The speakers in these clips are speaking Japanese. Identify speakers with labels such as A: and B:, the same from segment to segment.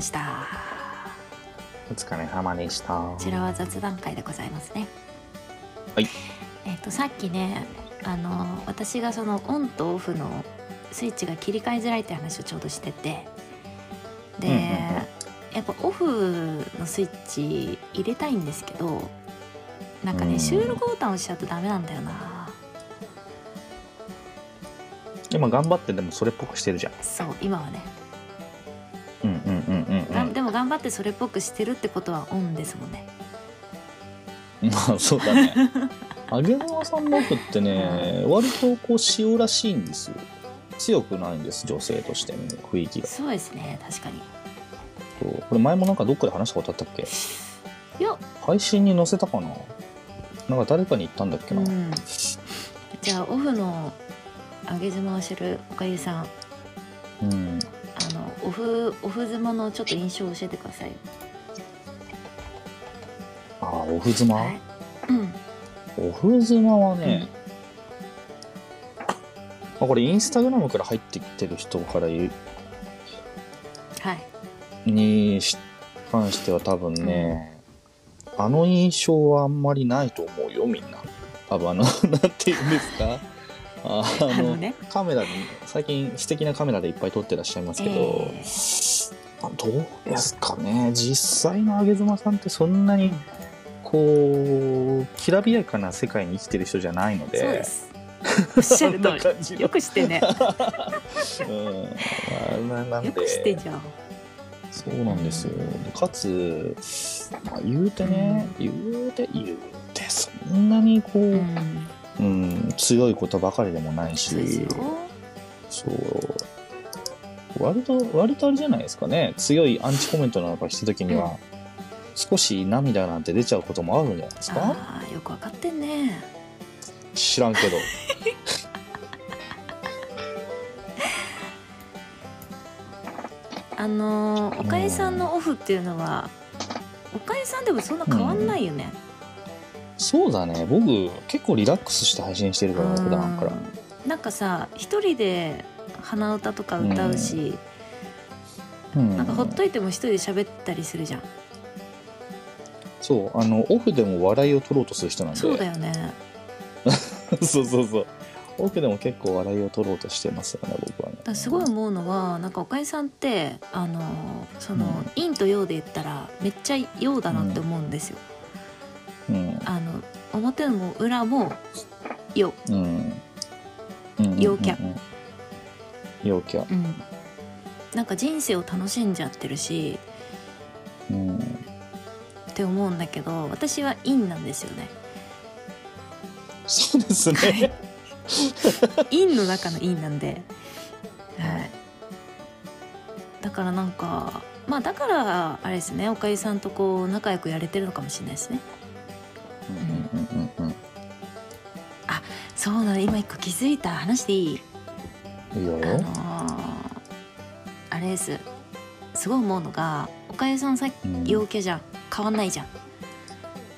A: した
B: お疲れ様でした。
A: こちらは雑談会でございますね
B: はい
A: えっ、とさっきねあの私がそのオンとオフのスイッチが切り替えづらいって話をちょうどしててで、
B: うんうんうん
A: やっぱオフのスイッチ入れたいんですけどなんかね、
B: うん
A: 収録ボタン押しちゃうとダメなんだよな
B: 今頑張ってでもそれっぽくしてるじゃん。
A: そう今はね、
B: うんうんうんう
A: が
B: ん
A: でも頑張ってそれっぽくしてるってことはオンですもんね
B: うん。 まあそうだ ね。揚げ物さんの奥ってね、割とこう塩らしいんですよ。強くないんです女性としての雰囲気が。
A: そうですね確かに
B: そうこれ前もなんかどっかで話したことあったっけ？
A: いや
B: 配信に載せたかな。なんか誰かに言ったんだっけ
A: う
B: な。
A: んじゃあオフの揚げ妻を知るおかゆさんあ
B: うん。
A: のオフオフ妻のちょっと印象を教えてくださいよ
B: ああオフ妻。
A: はいうん
B: オフ妻はね、まあ、これインスタグラムから入ってきてる人から言う
A: はい
B: にし関しては多分ね、あの印象はあんまりないと思うよみんな多分あの なんて言うんですかああの
A: あのね
B: カメラで最近素敵なカメラでいっぱい撮ってらっしゃいますけど、
A: え
B: あどうですかね実際の上妻さんってそんなにこうきらびやかな世界に生きてる人じゃないので
A: そうですおっしゃる通
B: そんな感じ
A: り
B: の
A: よくしてね
B: うんまあななんで
A: よくしてじゃん
B: そうなんですよかつ、まあ、言うてね、言うて言うてそんなにこう、
A: う
B: うん
A: ん
B: 強いことばかりでもないし
A: そうですよ
B: そう割と割とあれじゃないですかね強いアンチコメントなんかした時には、
A: うん
B: 少し涙なんて出ちゃうこともあるんじゃないですか
A: ああよくわかってんね
B: 知らんけど
A: あのーおかゆさんのオフっていうのはおかゆさんでもそんな変わんないよね、
B: そうだね僕結構リラックスして配信してるからね普段から
A: うんなんかさ一人で鼻歌とか歌うし、
B: うん
A: なんかほっといても一人で喋ったりするじゃん、
B: そうあのオフでも笑いを取ろうとする人なんで
A: そうだよね
B: そうそうそう。オフでも結構笑いを取ろうとしてますよね、僕はね
A: だか。らすごい思うのはなんかおかえさんってあのその、
B: うん
A: 陰と陽で言ったらめっちゃ陽だなって思うんですよ、
B: うん。
A: あの表も裏も陽
B: うん。うん。
A: 陽キャ
B: うん。うん陽キャ。
A: うんなんか人生を楽しんじゃってるし
B: うん。
A: って思うんだけど私は陰なんですよ ね
B: そうですね。
A: 陰の中の陰なんで、はい、だからなんかまあだからあれですねおかゆさんとこう仲良くやれてるのかもしれないですね
B: うんうんうん
A: そうなの今一個気づいた話していい
B: うん。いいよ
A: あのーあれですすごい思うのがおかゆさんさっ
B: う
A: き
B: ん
A: 陽キャじゃん変わんないじゃん、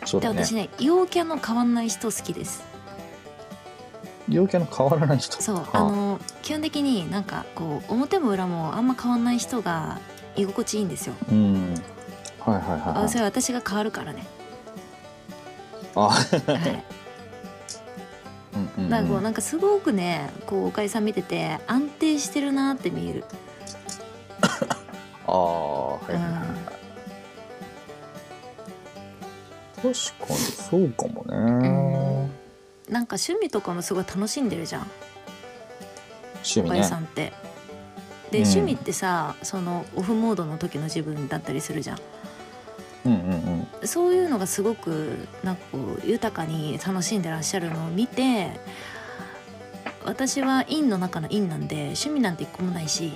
B: そう
A: で
B: だね
A: 私。ね陽キャの変わんない人好きです
B: 陽キャの変わらない人。
A: そうあ
B: あ
A: のー基本的になんかこう表も裏もあんま変わんない人が居心地いいんですよ
B: うん。はいはいはいは
A: あそ
B: い。
A: れは私が変わるからね、
B: あ、
A: はい、
B: うんうんうん。
A: だからこうなんかすごくねこうおかゆさん見てて安定してるなって見える、
B: ああ、はいはいは
A: う
B: い
A: ん
B: 確かにそうかもね。
A: なんか趣味とかもすごい楽しんでるじゃん
B: 趣味
A: おかゆ
B: ね
A: さ。んって。で、
B: うん
A: 趣味ってさそのオフモードの時の自分だったりするじゃん
B: うんうん うん。
A: そういうのがすごくなんかこう豊かに楽しんでらっしゃるのを見て私は陰の中の陰なんで趣味なんて一個もないし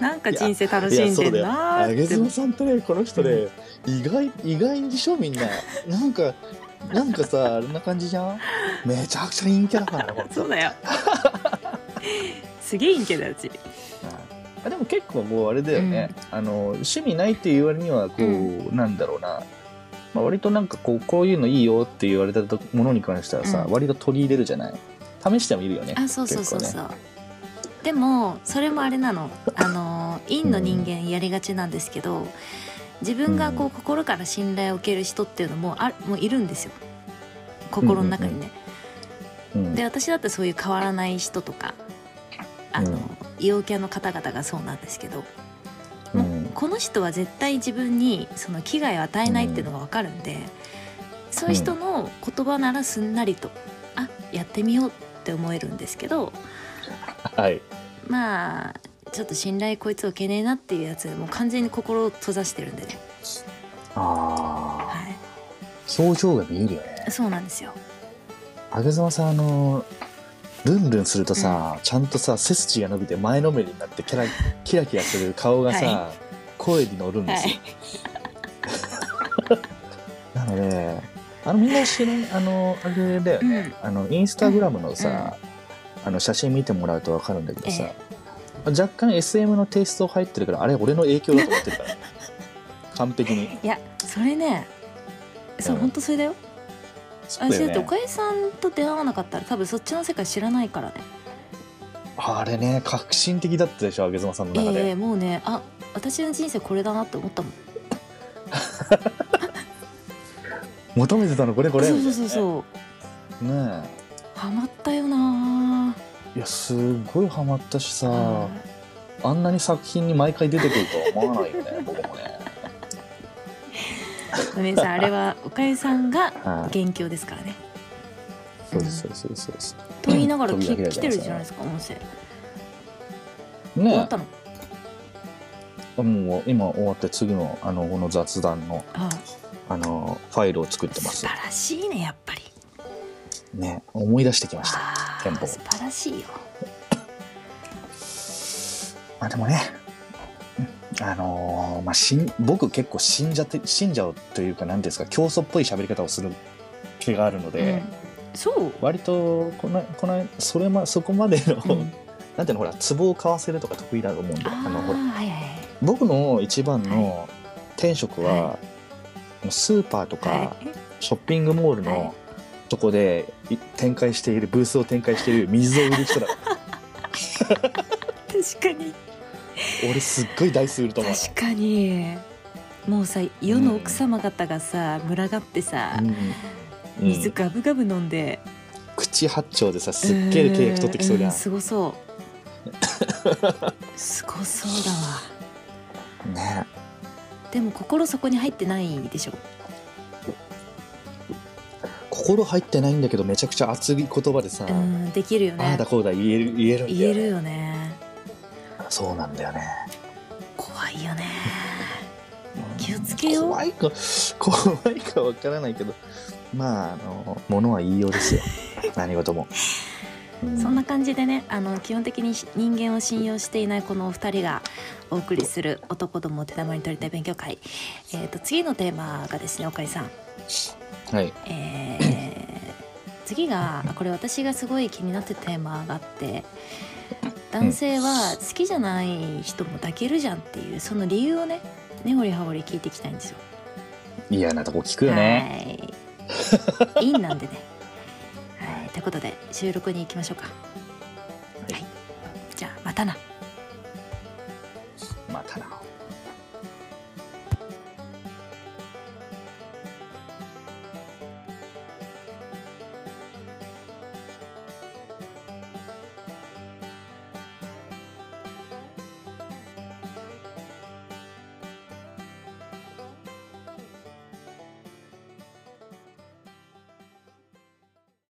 A: なんか人生楽しんでんな
B: あ
A: ー
B: げずま
A: って
B: さんってねこの人ね、意外意外にでしょみんななんかなんかさあんな感じじゃんめちゃくちゃ陰キャだからねこの人
A: そうだよ すげえ陰キャだようち
B: あでも結構もうあれだよね、あの趣味ないって言われにはこう、なんだろうな、まあ、割となんかこうこういうのいいよって言われたとものに関してはさ、
A: うん
B: 割と取り入れるじゃない試してもいるよね
A: あそうそうそう
B: 結
A: そう、でもそれもあれなのあの陰の人間やりがちなんですけど、自分がこう
B: う
A: ん心から信頼を受ける人っていうのもあもういるんですよ心の中にね。
B: うん
A: で私だってそういう変わらない人とかあの、
B: うん
A: 陽キャの方々がそうなんですけど、
B: う
A: もうんこの人は絶対自分にその危害を与えないっていうのが分かるんで、そういう人の言葉ならすんなりと、あやってみようって思えるんですけど
B: はい
A: まあちょっと信頼こいつをけねえなっていうやつもう完全に心を閉ざしてるんでね、
B: ああ
A: は
B: 表情が見えるよね
A: い、そうなんですよ
B: あげざまさんあのルンルンするとさ、ちゃんとさ背筋が伸びて前のめりになってキラキラキラする顔がさ、
A: は
B: 声に乗るんですよ、 なのであのみんな知らんあのあれだよね、
A: うん
B: あのインスタグラムのさ、あの写真見てもらうと分かるんだけどさ、若干 SM のテイスト入ってるからあれ俺の影響だと思ってるから完璧に
A: いやそれねそう、
B: うん
A: ほんとそれだよ
B: そう
A: 私
B: だ
A: だってお
B: よね
A: かゆさんと出会わなかったら多分そっちの世界知らないからね
B: あれね革新的だったでしょあげずまさんの中
A: ええ
B: で、
A: もうねあ私の人生これだなって思ったもん
B: 求めてたのこれこれ
A: そうそうそう
B: み
A: そう
B: たいなね
A: ハマったよな
B: えいやすごいハマったしさ、
A: あ
B: あんなに作品に毎回出てくるとは思わないよね僕もね
A: ごめんなさいあれはおかゆさんが
B: はい
A: 元凶ですからね
B: そうですそうですそうですそうです
A: と言いながら
B: うん
A: き
B: 扉開い
A: 来て
B: てま
A: る
B: すね
A: じゃないですか音声終わ
B: ね
A: ったの
B: えもう今終わって次のあのこの雑談の
A: あ
B: あのファイルを作ってま
A: 素
B: す
A: 晴らしいねやっぱり
B: ね思い出してきました
A: あ
B: テンポ
A: ー素晴らしいよ
B: まあでもねうんあのーまあしん僕結構信者って信者というか何ですか教祖っぽい喋り方をする気があるので、
A: うんそう
B: 割とこのこのそれまそこまでの、
A: うん
B: なんていうのほらツボを買わせるとか得意だと思うんで
A: あ
B: あ
A: ー
B: のほら
A: はいはいはい
B: 僕の一番の転職は、スーパーとか、
A: はい
B: ショッピングモール
A: はい
B: のとこでい展開しているブースを展開している水を売る 人だ
A: 確かに
B: 俺すっごい台数売ると思う
A: 確かにもうさ世の奥様方がさ群がってさ、
B: うん
A: 水ガブガブ飲んで、
B: 口八丁でさすっげえ契約取ってきそうじゃん、
A: んすごそう すごそうだわ
B: ね
A: でも心そこに入ってないでしょ
B: 心入ってないんだけどめちゃくちゃ熱い言葉でさ、
A: うんできるよ
B: ああ
A: ね
B: だこうだ言える言えるんだよ
A: 言えるよね
B: そうなんだよね
A: 怖いよね
B: うん
A: 気をつけよう
B: 怖いか怖いかわからないけどまああの物は言いよう ですよ何事も、う
A: そんな感じでねあの基本的にし人間を信用していないこのお二人がお送りする「男どもを手玉に取りたい勉強会」えー、と次のテーマがですねおかりさん
B: はい
A: え ー次があこれ私がすごい気になってるテーマがあって男性は好きじゃない人も抱けるじゃんっていうその理由をね根掘り葉掘り聞いていきたいんですよ。
B: 嫌なとこ聞くよね
A: はい。インなんでね。はい。ということで収録に行きましょうか。